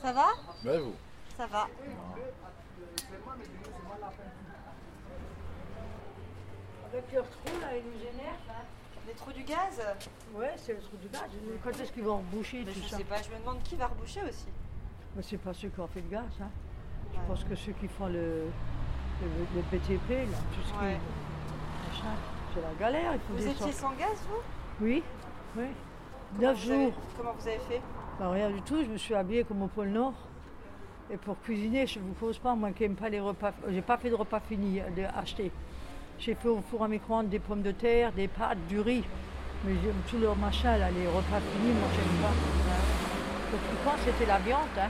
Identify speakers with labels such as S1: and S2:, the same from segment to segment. S1: Ça va
S2: Ouais, vous.
S1: Ça va.
S3: Avec leur trou, là, ils nous énervent. Hein.
S1: Les trous du gaz
S3: Ouais, c'est le trou du gaz. Mais Quand est-ce qu'ils vont reboucher
S1: Mais
S3: tout
S1: Je
S3: ça
S1: sais pas, je me demande qui va reboucher aussi.
S3: Mais c'est pas ceux qui ont fait le gaz. Hein. Je
S1: Ouais.
S3: pense que ceux qui font le, le, le BTP, là, tout ce qui
S1: Ouais.
S3: est machin, c'est la galère. Il faut
S1: Vous
S3: descendre.
S1: étiez sans gaz, vous
S3: Oui, oui.
S1: Comment
S3: Neuf
S1: vous avez-
S3: jours.
S1: Comment vous avez fait
S3: Bah, rien du tout, je me suis habillée comme au pôle Nord. Et pour cuisiner, je ne vous pose pas, moi qui n'aime pas les repas, j'ai pas fait de repas finis, de acheter. J'ai fait au four à micro-ondes des pommes de terre, des pâtes, du riz. Mais j'aime tout leur machin, là, les repas finis, moi j'aime pas. Le plus grand, c'était la viande. hein.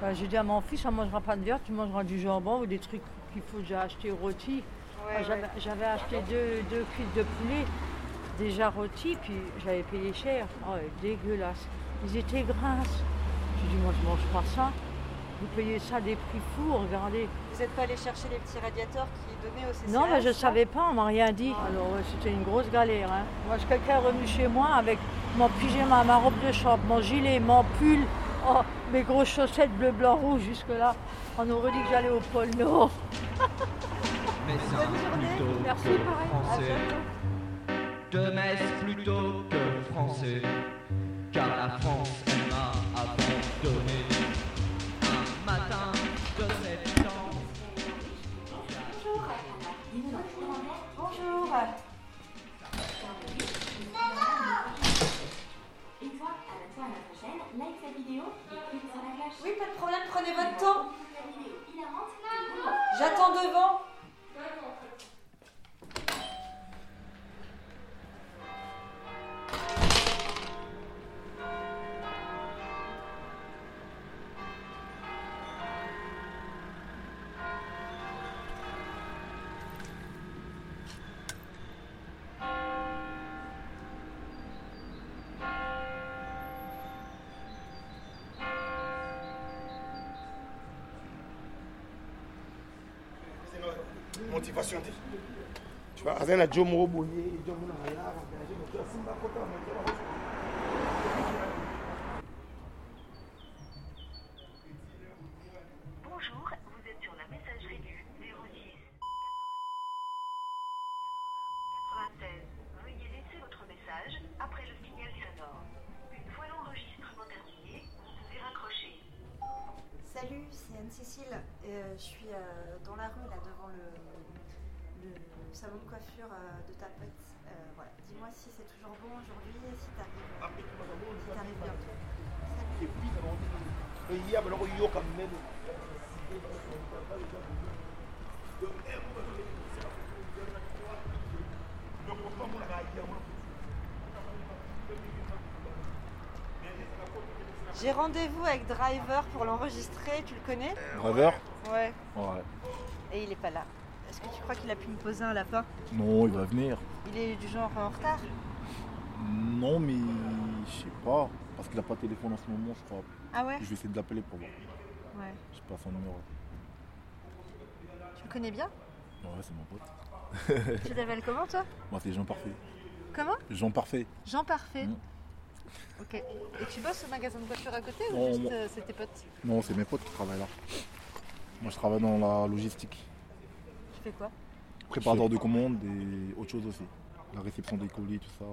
S3: Bah, j'ai dit à mon fils, on ne mangera pas de viande, tu mangeras du jambon ou des trucs qu'il faut déjà acheter rôti.
S1: Ouais,
S3: Ah,
S1: ouais.
S3: j'avais- J'avais acheté deux, deux cuites de poulet déjà rôti, puis j'avais payé cher. Oh, dégueulasse. Ils étaient grinces. J'ai dit, moi, je mange pas ça. Vous payez ça des prix fous, regardez.
S1: Vous n'êtes pas allé chercher les petits radiateurs qui donnaient au CCAS
S3: Non, mais je
S1: là
S3: savais pas, on m'a rien dit.
S1: Ah.
S3: Alors, euh, c'était une grosse galère. hein. Moi, je quelqu'un est revenu chez moi avec mon pyjama, ma robe de chambre, mon gilet, mon pull, oh, mes grosses chaussettes bleu, blanc, rouge jusque-là. On aurait dit que j'allais au pôle Nord.
S1: Bonne journée.
S3: Merci, pareil.
S1: À
S4: français.
S1: bientôt.
S4: de Metz plutôt que français, car la France elle m'a abandonné. Un matin de septembre.
S1: Bonjour.
S5: Et toi, à la fois à la prochaine, like la vidéo et clique sur la cloche.
S1: Oui, pas de problème, prenez votre temps.
S5: La vidéo hilarante,
S1: J'attends devant.
S6: motivation te tu vois aza na jo moko boye jo moko na malaka engage moto asimba kota na moto
S5: Bonjour, vous êtes sur la messagerie du 06 96. Veuillez laisser votre message après le signal sonore. Une fois l'enregistrement terminé, vous pouvez raccrocher.
S1: Salut, c'est Anne-Cécile. Euh, je suis euh, dans la rue, là, devant le, le salon de coiffure euh, de ta pote. Euh, voilà. Dis-moi si c'est toujours bon aujourd'hui et si t'arrives si t'arrives bientôt. Salut.
S6: eya baloko yoka meme
S1: J'ai rendez-vous avec Driver pour l'enregistrer, tu le connais
S2: Driver
S1: Ouais.
S2: Ouais.
S1: Et il est pas là. Euh. Est-ce que tu crois qu'il a pu me poser un lapin
S2: Non, il va venir.
S1: Il est du genre en retard
S2: Non, mais je sais pas. Parce qu'il a pas de téléphone en ce moment, je crois.
S1: Ah ouais
S2: Je vais essayer de l'appeler pour voir.
S1: Ouais.
S2: Je passe son numéro.
S1: Tu le connais bien
S2: Ouais, c'est mon pote. Euh.
S1: Tu t'appelles comment toi
S2: Moi, c'est Jean Parfait.
S1: Comment
S2: Jean Parfait.
S1: Jean Parfait.
S2: Mm.
S1: Ok. Et tu bosses au magasin de voiture à côté ou
S2: Non,
S1: juste
S2: moi-
S1: euh, c'est tes potes
S2: Non, c'est mes potes qui travaillent là. Moi, je travaille dans la logistique.
S1: Tu fais quoi
S2: Préparateur de commandes et autre chose aussi. La réception des colis, tout ça.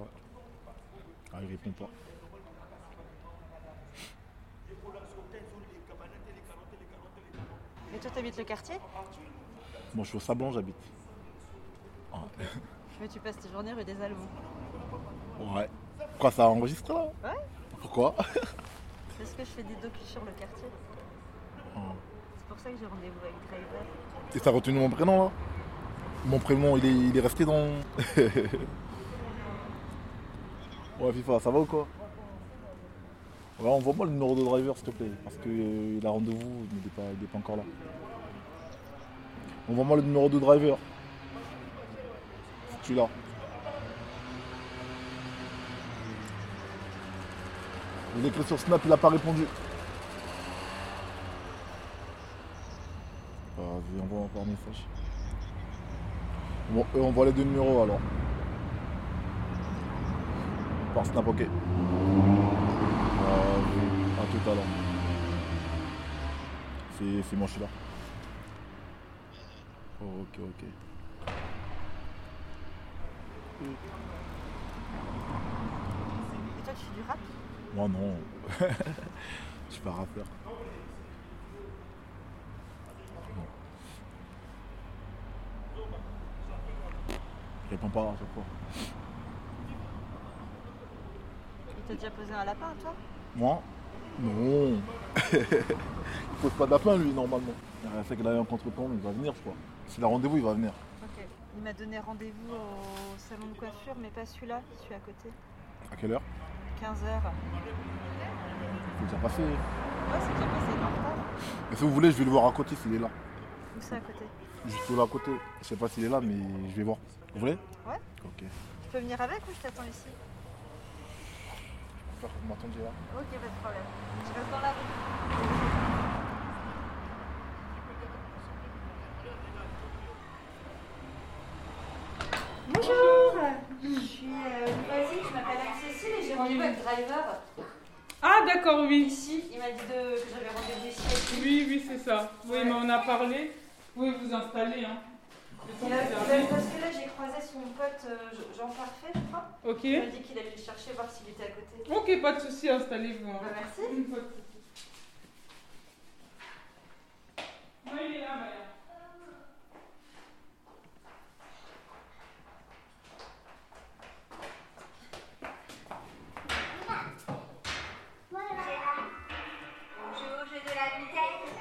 S2: Ah, il répond pas.
S1: Et toi t'habites le quartier
S2: Moi, je suis au Sablon, j'habite.
S1: Mais tu passes tes journées rue des Allemands.
S2: Ouais. Pourquoi ça enregistre là
S1: Ouais.
S2: Pourquoi
S1: Parce que je fais des docus sur le quartier.
S2: Ah.
S1: C'est pour ça que j'ai rendez-vous avec Driver.
S2: Et t'as retenu mon prénom là Mon prénom il est, il est resté dans. ouais FIFA, ça va ou quoi Ouais envoie moi le numéro de driver s'il te plaît, parce que euh, il a rendez-vous, il n'est pas, il est pas encore là. Envoie moi le numéro de driver. Si tu l'as. Il écrit sur Snap, il a pas répondu. Vas-y, envoie par message. Bon, eux, on voit les deux numéros alors. Par snap, ok. Vas-y, à tout à l'heure. C'est c'est bon, je suis là. Oh, ok, ok.
S1: Et toi, tu fais du rap
S2: Moi non. je suis pas rappeur. Non. Je réponds pas à chaque fois.
S1: Il t'a déjà posé un lapin, toi
S2: Moi Non. il pose pas de lapin lui normalement. Il fait qu'il a eu un contre-temps, mais il va venir je crois. S'il a rendez-vous, il va venir.
S1: Ok. Il m'a donné rendez-vous au salon de coiffure, mais pas celui-là, celui à côté.
S2: À quelle heure
S1: 15h.
S2: C'est déjà passé.
S1: Ouais, c'est déjà passé, dans retard.
S2: Et si vous voulez, je vais le voir à côté s'il est là.
S1: Ou c'est à côté
S2: Juste là à côté. Je sais pas s'il est là, mais je vais voir. Vous voulez
S1: Ouais.
S2: Ok.
S1: Tu peux venir avec ou je t'attends ici
S2: J'espère que vous m'attendiez là.
S1: Ok, pas de problème. Je reste dans la rue. Bonjour Je suis euh, une voisine, je m'appelle Anne-Cécile et j'ai rendez-vous avec le driver.
S7: Ah d'accord, oui.
S1: Ici, il m'a dit de- que j'avais rendez-vous ici avec lui.
S7: Oui, oui, c'est ça. Oui,
S1: Ouais.
S7: mais on a parlé. Vous pouvez vous installer. Hein. Le temps
S1: Il a-
S7: de
S1: il a-
S7: servir.
S1: Parce que là, j'ai croisé son pote euh, Jean Parfait, je crois.
S7: Ok.
S1: Il m'a dit qu'il allait le chercher, voir s'il était à côté.
S7: Ok, pas de souci, installez-vous. hein.
S1: Bah, merci.
S7: Une fois de plus. Non, il est là, Maya.
S8: Bonjour, j'ai de la vitesse.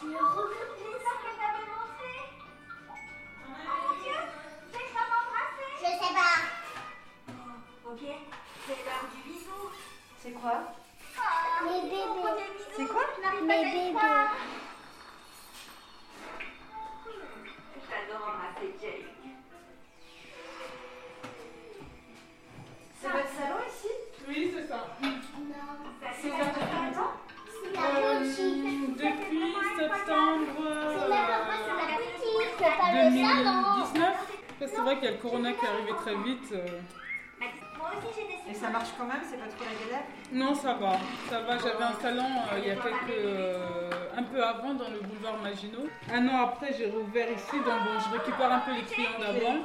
S8: Tu me reconnais ça que t'as démontré Mon Dieu, c'est que ça m'embrasser Je sais pas. ok, c'est l'heure du bisou.
S1: C'est quoi
S8: Ah, mes bébés.
S1: C'est quoi
S8: Je n'arrive pas à les croire. J'adore embrasser Jake.
S1: C'est votre salon ici
S7: Oui, c'est ça.
S1: C'est ouvert depuis longtemps
S8: C'est
S7: Euh, depuis septembre
S8: la boutique, c'est
S7: euh,
S8: pas
S7: 2019. Parce que C'est vrai qu'il y a le corona qui est arrivé très vite. euh.
S8: Moi aussi j'ai des
S1: Et ça marche quand même, c'est pas trop la galère
S7: Non, ça va, ça va. J'avais un salon euh, il y a quelques. euh, un peu avant dans le boulevard Maginot. Un an après, j'ai rouvert ici, donc bon, je récupère un peu les clients d'avant.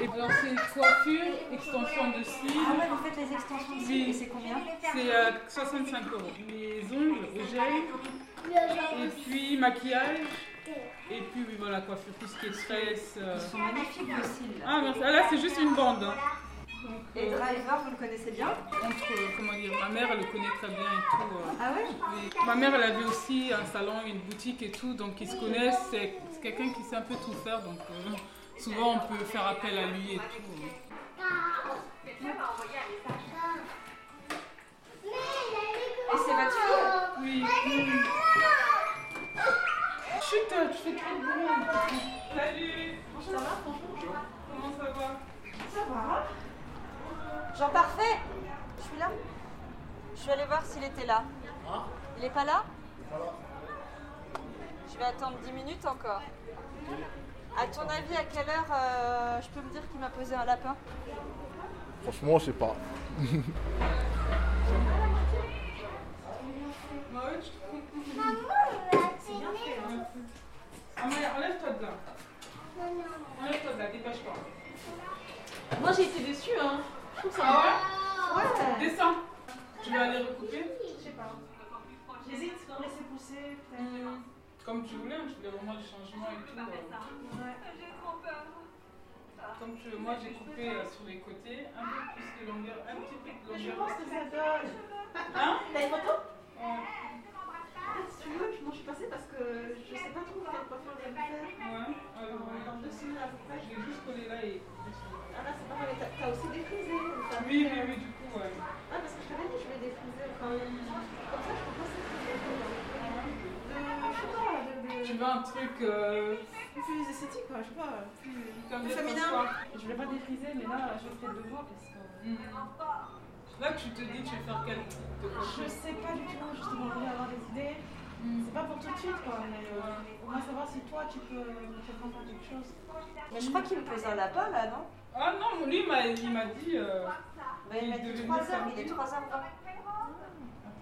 S7: Et alors, c'est une coiffure, extension de
S1: Ah
S7: cils.
S1: ouais, vous faites les extensions ici
S7: Oui.
S1: et c'est combien
S7: C'est euh, 65 euros. Les ongles au gel, et puis maquillage, et puis oui, voilà, coiffure, tout ce qui est tresse. euh.
S1: Ils sont magnifiques le cils. là.
S7: Ah, merci. Ah, là, c'est juste une bande. hein. Donc,
S1: Et
S7: euh,
S1: Driver, vous le connaissez bien
S7: entre, euh, comment dire, ma mère, elle le connaît très bien et tout. euh.
S1: Ah ouais
S7: Oui. Ma mère, elle avait aussi un salon, une boutique et tout, donc ils se connaissent. C'est c'est quelqu'un qui sait un peu tout faire, donc euh, souvent on peut faire appel à lui et tout. oui.
S1: Et c'est votre
S7: Oui.
S1: fille
S7: Chut, tu fais trop de bruit. Salut.
S1: Ça va
S7: Comment ça va
S1: Ça va Jean Parfait Je suis là Je suis allée voir s'il était là. Il est pas là Je vais attendre 10 minutes encore. À ton avis, à quelle heure euh, je peux me dire qu'il m'a posé un lapin
S2: Franchement, je sais pas.
S7: Bah ouais, je te comprends. hein. Ah, Maya, enlève-toi de là. Enlève-toi de là, dépêche-toi.
S9: Moi j'ai été déçue, hein. Je trouve ça.
S7: Ah ouais Descends. Tu veux aller recouper
S9: J'hésite, laisser pousser.
S7: Comme tu voulais, hein, tu voulais vraiment du changement et tout. euh. Comme tu veux, moi j'ai coupé euh, sur les côtés, un peu plus de longueur, un petit peu de
S9: Je
S7: longueur.
S9: pense que ça donne.
S7: Hein
S9: T'as une photo
S7: Ouais.
S9: Si tu veux, je m'en suis passée parce que je sais pas trop quelle coiffure les faire.
S7: Ouais. Euh,
S9: Dans deux semaines à peu près.
S7: je l'ai juste collé là et.
S9: Ah là, c'est pas mal. T'as- T'as aussi défrisé. ça.
S7: Oui, oui, oui, du coup, ouais.
S9: Ah, parce que je t'avais dit, je vais défriser. Enfin, comme ça, je peux pas s'écrire. Je sais pas, de- de-
S7: Tu veux un truc euh,
S9: plus esthétique, quoi. Je sais pas. Plus...
S7: comme des
S9: Féminin.
S7: passoires
S9: Je voulais pas défriser, mais là, je vais peut-être devoir parce que.
S7: Hmm. Là, tu te dis, tu veux faire quel type de
S9: Je
S7: coiffure
S9: sais pas du tout, justement, je voulais avoir des idées. C'est pas pour tout de suite, quoi, mais euh, au moins savoir si toi tu peux me faire comprendre quelque chose.
S1: Mais je crois qu'il me pose un lapin là, non
S7: Ah non, lui, il m'a- il m'a dit. euh,
S1: Bah, Il m'a dit 3h, il est 3h20.
S7: Attends,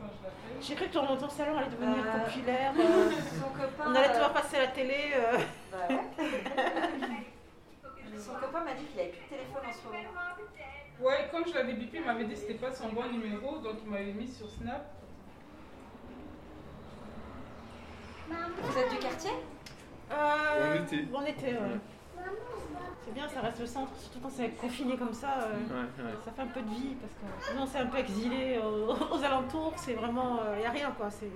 S7: je l'appelle.
S9: J'ai cru que ton retour salon allait devenir
S1: Euh,
S9: populaire.
S1: Son copain.
S9: On allait te
S1: euh,
S9: voir passer à la télé. euh.
S1: bah ouais. Son copain m'a dit qu'il avait plus de téléphone en ce moment.
S7: Ouais, quand je l'avais bipé, il m'avait dit que c'était pas son bon numéro, donc il m'avait mis sur Snap.
S1: Vous êtes du quartier
S9: Euh,
S10: On était.
S9: On était, ouais. C'est bien, ça reste le centre, surtout quand c'est confiné comme ça. euh,
S10: Ouais, ouais.
S9: Ça fait un peu de vie parce que sinon c'est un peu exilé aux, aux alentours, c'est vraiment. Il n'y a rien quoi, c'est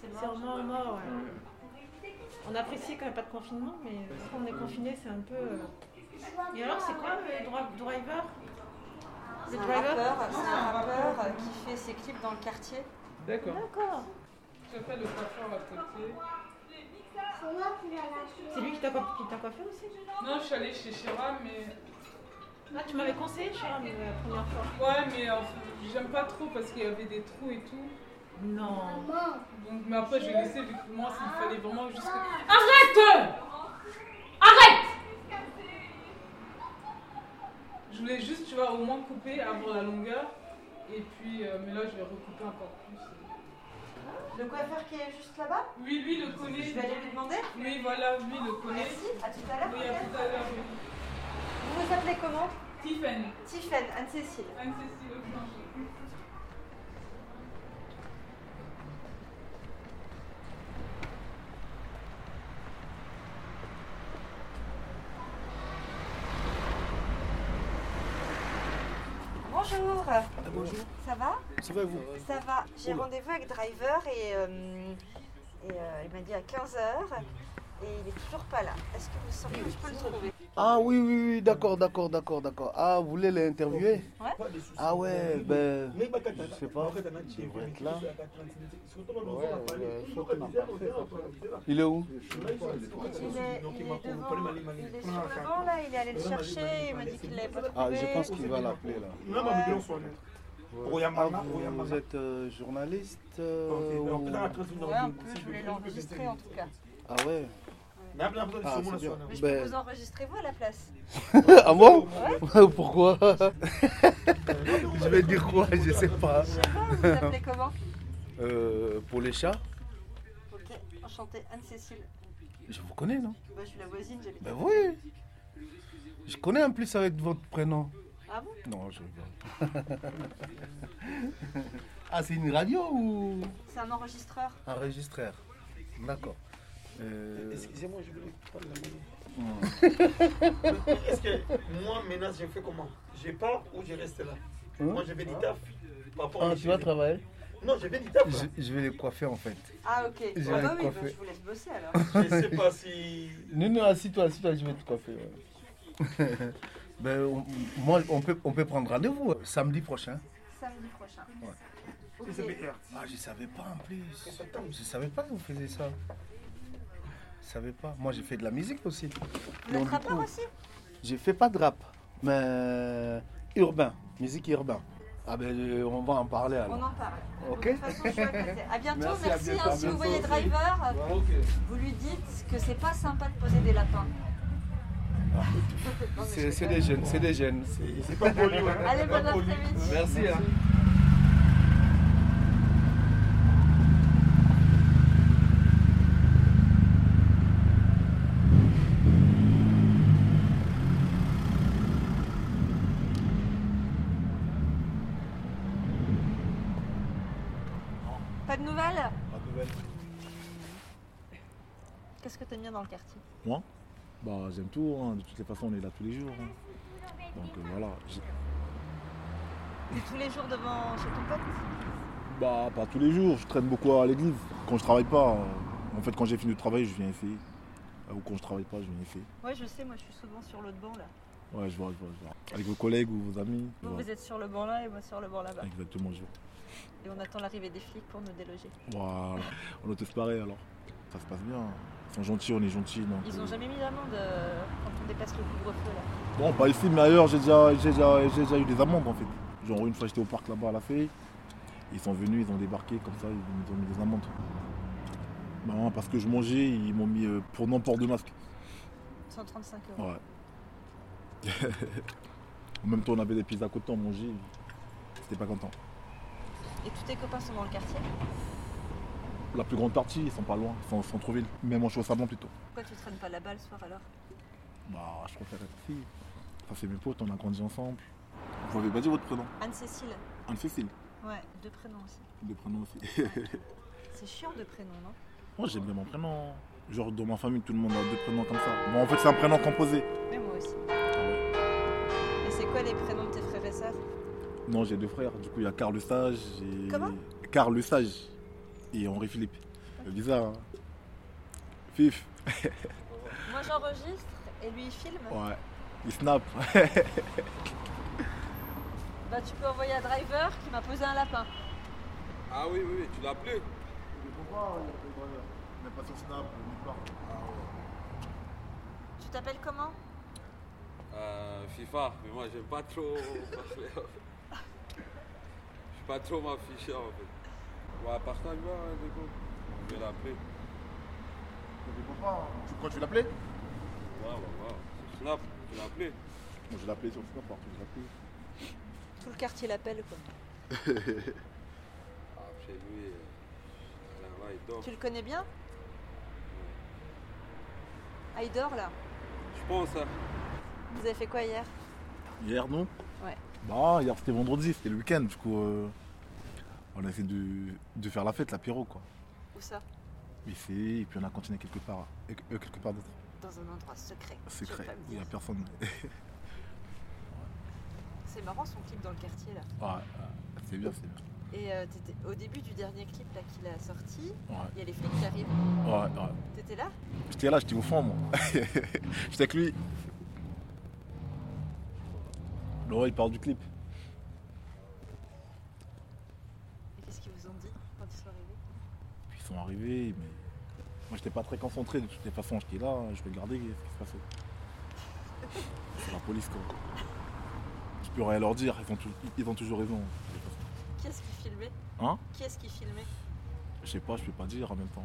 S1: C'est
S9: c'est
S1: mort.
S9: vraiment mort. ouais.
S10: Ouais.
S9: On apprécie quand il n'y a pas de confinement, mais euh, quand on est confiné, c'est un peu. euh. Et alors, c'est quoi euh, le dro- driver
S1: C'est un rappeur, c'est un rappeur euh, qui fait ses clips dans le quartier.
S10: D'accord.
S9: D'accord.
S7: J'appelle le coiffeur à côté.
S9: C'est lui qui t'a coif- qui t'a coiffé aussi
S7: Non, je suis allée chez Shira, mais.
S9: Ah, tu m'avais conseillé, Chara, mais euh, la première fois.
S7: Ouais, mais en fait, j'aime pas trop parce qu'il y avait des trous et tout.
S9: Non.
S7: Donc, mais après, je vais laisser vu que moi, il fallait vraiment juste. que- Arrête Arrête Je voulais juste, tu vois, au moins couper avant la longueur. Et puis, euh, mais là, je vais recouper encore plus.
S1: Le coiffeur qui est juste là-bas
S7: Oui, lui, le
S1: Je vais aller
S7: connaît.
S1: lui demander.
S7: Oui, voilà, lui, le connaît.
S1: Merci, à tout à l'heure
S7: Oui, à tout
S1: peut-être.
S7: à l'heure. oui.
S1: Vous vous appelez comment
S7: Tiffany,
S1: Tiffany, Anne-Cécile.
S7: Anne-Cécile Auchan.
S1: Bonjour.
S6: bonjour.
S1: Ça va
S6: C'est vrai, vous
S1: Ça va. J'ai
S6: Oula.
S1: rendez-vous avec Driver et, euh, et, euh, il m'a dit à 15h et il est toujours pas là. Est-ce que vous sauriez où je peux le trouver
S6: Ah oui, oui, oui, d'accord, d'accord, d'accord, d'accord. Ah, vous voulez l'interviewer
S1: Ouais.
S6: Ah ouais, ben,
S10: Je sais pas.
S6: il devrait être là. Ouais, je crois qu'il m'a pas fait. Il est où
S1: Il est, il est devant- il est sur le banc là, il est allé le chercher, il m'a dit qu'il l'avait pas trouvé.
S2: Ah, je pense qu'il va l'appeler là.
S6: Ah,
S2: Vous êtes euh, journaliste euh, ou-
S1: Ouais, un peu, je voulais l'enregistrer en tout cas.
S2: Ah ouais Ah, c'est bien.
S11: hein.
S1: Mais je peux
S2: Ben,
S1: vous enregistrer vous à la place.
S2: ah bon Pourquoi Je vais dire quoi Je sais pas.
S1: Je sais pas, vous vous appelez comment
S2: Euh, pour les chats,
S1: Ok, enchantée, Anne-Cécile.
S2: je vous connais, non
S1: Bah, je suis la voisine, j'habite.
S2: Ben oui Je connais en plus avec votre prénom.
S1: Ah bon
S2: Non, je rigole. ah, c'est une radio ou
S1: C'est un enregistreur.
S2: un registraire D'accord. Euh,
S6: Excusez-moi, je voulais prendre la main.
S2: hmm.
S11: Est-ce que moi, maintenant, je fais comment Je pars ou je reste là Moi, je vais du taf. Par rapport à
S2: Hein? Ah,
S11: mes
S2: tu vas
S11: chéris.
S2: travailler
S11: Non, je vais du taf. là.
S2: je, je vais les coiffer en fait.
S1: Ah ok.
S2: J'ai
S1: Ah,
S2: un
S1: bah oui, bah,
S2: coiffé.
S1: je vous laisse bosser alors.
S11: Je ne sais pas si.
S2: Non, non, assis-toi, assis-toi, je vais te coiffer. ouais. ben, on- moi, on peut, on peut prendre rendez-vous euh, samedi prochain.
S1: Samedi prochain.
S2: Ouais.
S1: Ok.
S2: Ah, je savais pas en plus. Je savais pas que vous faisiez ça. Je savais pas. Moi, j'ai fait de la musique aussi.
S1: Vous êtes
S2: Donc, du
S1: rappeur
S2: coup,
S1: aussi
S2: J'ai fait pas de rap, mais urbain, musique urbain. Ah ben, euh, on va en parler
S1: On
S2: alors.
S1: en parle.
S2: Ok.
S1: De toute façon, je suis à côté. À bientôt,
S2: Merci,
S1: merci.
S2: à bientôt,
S1: hein,
S2: à
S1: si vous
S2: bientôt.
S1: voyez Driver, euh, vous lui dites que c'est pas sympa de poser des lapins. Non, mais je
S2: Ah. C'est c'est
S1: rigole.
S2: des jeunes, c'est des jeunes.
S1: Allez, bon après-midi.
S2: Merci. hein.
S1: Pas de nouvelles Qu'est-ce que t'aimes bien dans le quartier
S2: Bah, j'aime tout, hein. de toutes les façons, on est là tous les jours. hein. Donc euh, voilà. J'ai-
S1: T'es tous les jours devant chez ton pote
S2: Bah, pas tous les jours, je traîne beaucoup à l'église. Quand je travaille pas, euh, en fait, quand j'ai fini de travailler, je viens ici. Euh, Ou quand je travaille pas, je viens ici.
S1: Ouais, je sais, moi je suis souvent sur l'autre banc là.
S2: Ouais, je vois, je vois, je vois. Avec vos collègues ou vos amis. je
S1: Vous,
S2: vois.
S1: vous êtes sur le banc là et moi sur le banc là-bas.
S2: Exactement, je vois.
S1: Et on attend l'arrivée des flics pour nous déloger.
S2: Voilà. On est tous pareils alors. Ça se passe bien. Ils sont gentils, on est gentils. Donc,
S1: Ils
S2: euh,
S1: ont jamais mis d'amende euh, quand on dépasse le couvre-feu là.
S2: Bon, pas ici, mais ailleurs, j'ai déjà, j'ai déjà- j'ai déjà eu des amendes en fait. Genre, une fois j'étais au parc là-bas à la fée, ils sont venus, ils ont débarqué, comme ça, ils nous ont mis des amendes. Bah, parce que je mangeais, ils m'ont mis euh, pour non-port de masque.
S1: 135 euros.
S2: Ouais. en même temps, on avait des pizzas à côté, on mangeait. C'était pas content.
S1: Et tous tes copains sont dans le quartier
S2: La plus grande partie, ils sont pas loin, ils sont en centre-ville, même en Chaux-Sablon plutôt.
S1: Pourquoi tu traînes pas là-bas le soir alors
S2: Bah, je préfère être ici. Ça, c'est mes potes, on a grandi ensemble. Vous m'avez pas dit votre prénom
S1: Anne-Cécile.
S2: Anne-Cécile,
S1: Ouais, deux prénoms aussi.
S2: le prénom aussi.
S1: C'est chiant de prénoms, non
S2: Moi, j'aime bien mon prénom. Genre, dans ma famille, tout le monde a deux prénoms comme ça. Bon, en fait, c'est un prénom composé.
S1: Mais moi aussi.
S2: Ah
S1: Et c'est quoi les prénoms de tes frères et sœurs
S2: Non, j'ai deux frères. Du coup, il y a Carl le Sage et.
S1: Comment
S2: Carl le Sage et Henri Philippe. C'est Bizarre, hein Fif.
S1: Moi j'enregistre et lui il filme.
S2: Ouais. Il snap.
S1: Bah tu peux envoyer un driver qui m'a posé un lapin.
S12: Ah oui, oui, oui, tu l'as appelé
S2: pourquoi euh, on n'est pas sur Snap nulle part
S1: Tu t'appelles comment
S12: Euh, FIFA, mais moi j'aime pas trop parler. Je suis pas trop m'afficher en fait. Ouais, partage-moi, hein, du coup. Je vais l'appeler.
S2: Tu crois que tu l'appelais
S12: Ouais, ouais, ouais. Sur Snap, tu l'as appelé.
S2: Moi, je l'appelais sur Snap, partout, je
S1: Tout le quartier l'appelle quoi.
S2: l'appelais.
S12: Après Ah, lui, euh, là, là, il dort.
S1: Tu le connais bien Ah il dort là.
S12: Je pense, hein.
S1: Vous avez fait quoi hier
S2: Hier, non
S1: Ouais.
S2: Bah, hier c'était vendredi, c'était le week-end, du coup. euh, on a essayé de, de faire la fête, l'apéro, quoi.
S1: Où ça
S2: Mais c'est. Et puis on a continué quelque part, et- euh, quelque part d'autre.
S1: Dans un endroit secret. Tu veux
S2: Secret,
S1: pas me
S2: il n'y
S1: dire.
S2: a personne. ouais,
S1: C'est marrant son clip dans le quartier là.
S2: ouais, c'est bien, c'est bien.
S1: Et euh, t'étais au début du dernier clip là qu'il a sorti,
S2: Ouais.
S1: il y a les flics qui arrivent.
S2: Ouais, ouais.
S1: T'étais là
S2: J'étais là, j'étais au fond, moi. j'étais avec lui. Laura, il parle du clip.
S1: Et qu'est-ce qu'ils vous ont dit quand ils sont arrivés
S2: Puis ils sont arrivés, mais. Moi, j'étais pas très concentré, de toutes les façons, j'étais là, je regardais ce qui se passait. C'est la police, quoi. Je peux rien leur dire, ils ont, tou- ils ont toujours raison.
S1: Qui est-ce qui filmait
S2: Hein
S1: Qui est-ce qui filmait
S2: Je sais pas, je peux pas dire en même temps.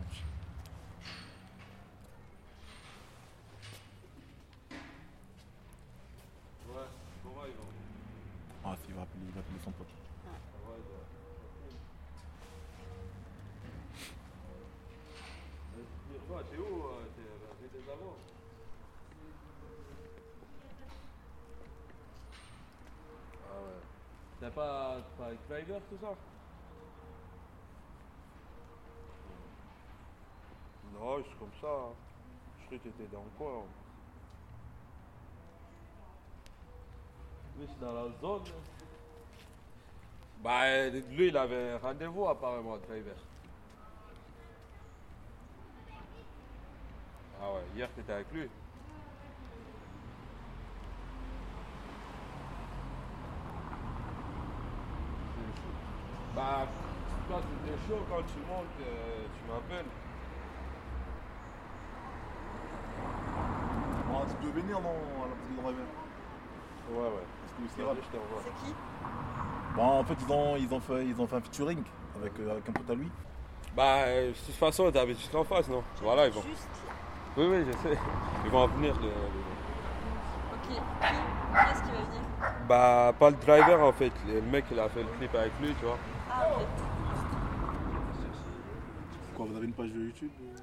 S12: Ouais, comment il va
S2: Ah, s'il va appeler, il va appeler son pote.
S12: Ouais, il dort. Mais Toi, t'es où euh, T'es t'es des amants Ah ouais. T'as pas, t'as pas driver, tout ça Non, c'est comme ça. hein. Je croyais que t'étais dans le coin. Oui, je suis dans la zone. Bah, euh, lui, il avait un rendez-vous apparemment, driver. Ah ouais, hier, t'étais avec lui Bah, toi, tu étais chaud quand tu montes, euh, tu m'appelles.
S2: Ah, tu peux venir non, à la petite driver
S12: Ouais, ouais.
S2: Parce que c'est grave.
S12: Je te revois.
S1: C'est qui
S2: Bah, en fait, ils ont, ils ont fait, ils ont fait un featuring avec, euh, avec un pote à lui.
S12: Bah, euh, de toute façon, t'habites juste en face, non Voilà, ils vont. Oui, oui, je sais. Ils vont en venir. les- les-
S1: Ok, qui, qui est-ce qui va venir
S12: Bah, pas le driver en fait. Le mec, il a fait le clip avec lui, tu vois.
S1: Ah ok.
S2: Quoi, vous avez une page de YouTube euh,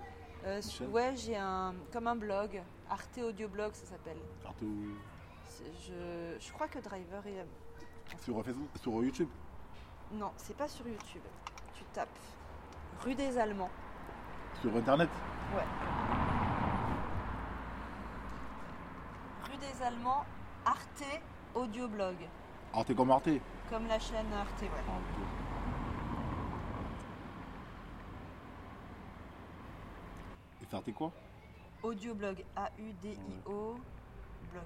S1: Euh,
S2: Michel
S1: ouais, j'ai un comme un blog, Arte Audio Blog ça s'appelle.
S2: Arte ou-
S1: C'est- Je, je crois que Driver est...
S2: sur, euh, Facebook, sur YouTube
S1: Non, c'est pas sur YouTube. Tu tapes Rue des Allemands.
S2: Sur Internet
S1: Ouais. Rue des Allemands, Arte Audio Blog.
S2: Arte comme Arte
S1: Comme la chaîne Arte, ouais.
S2: Et c'est Arte quoi
S1: Audioblog, A-U-D-I-O, blog.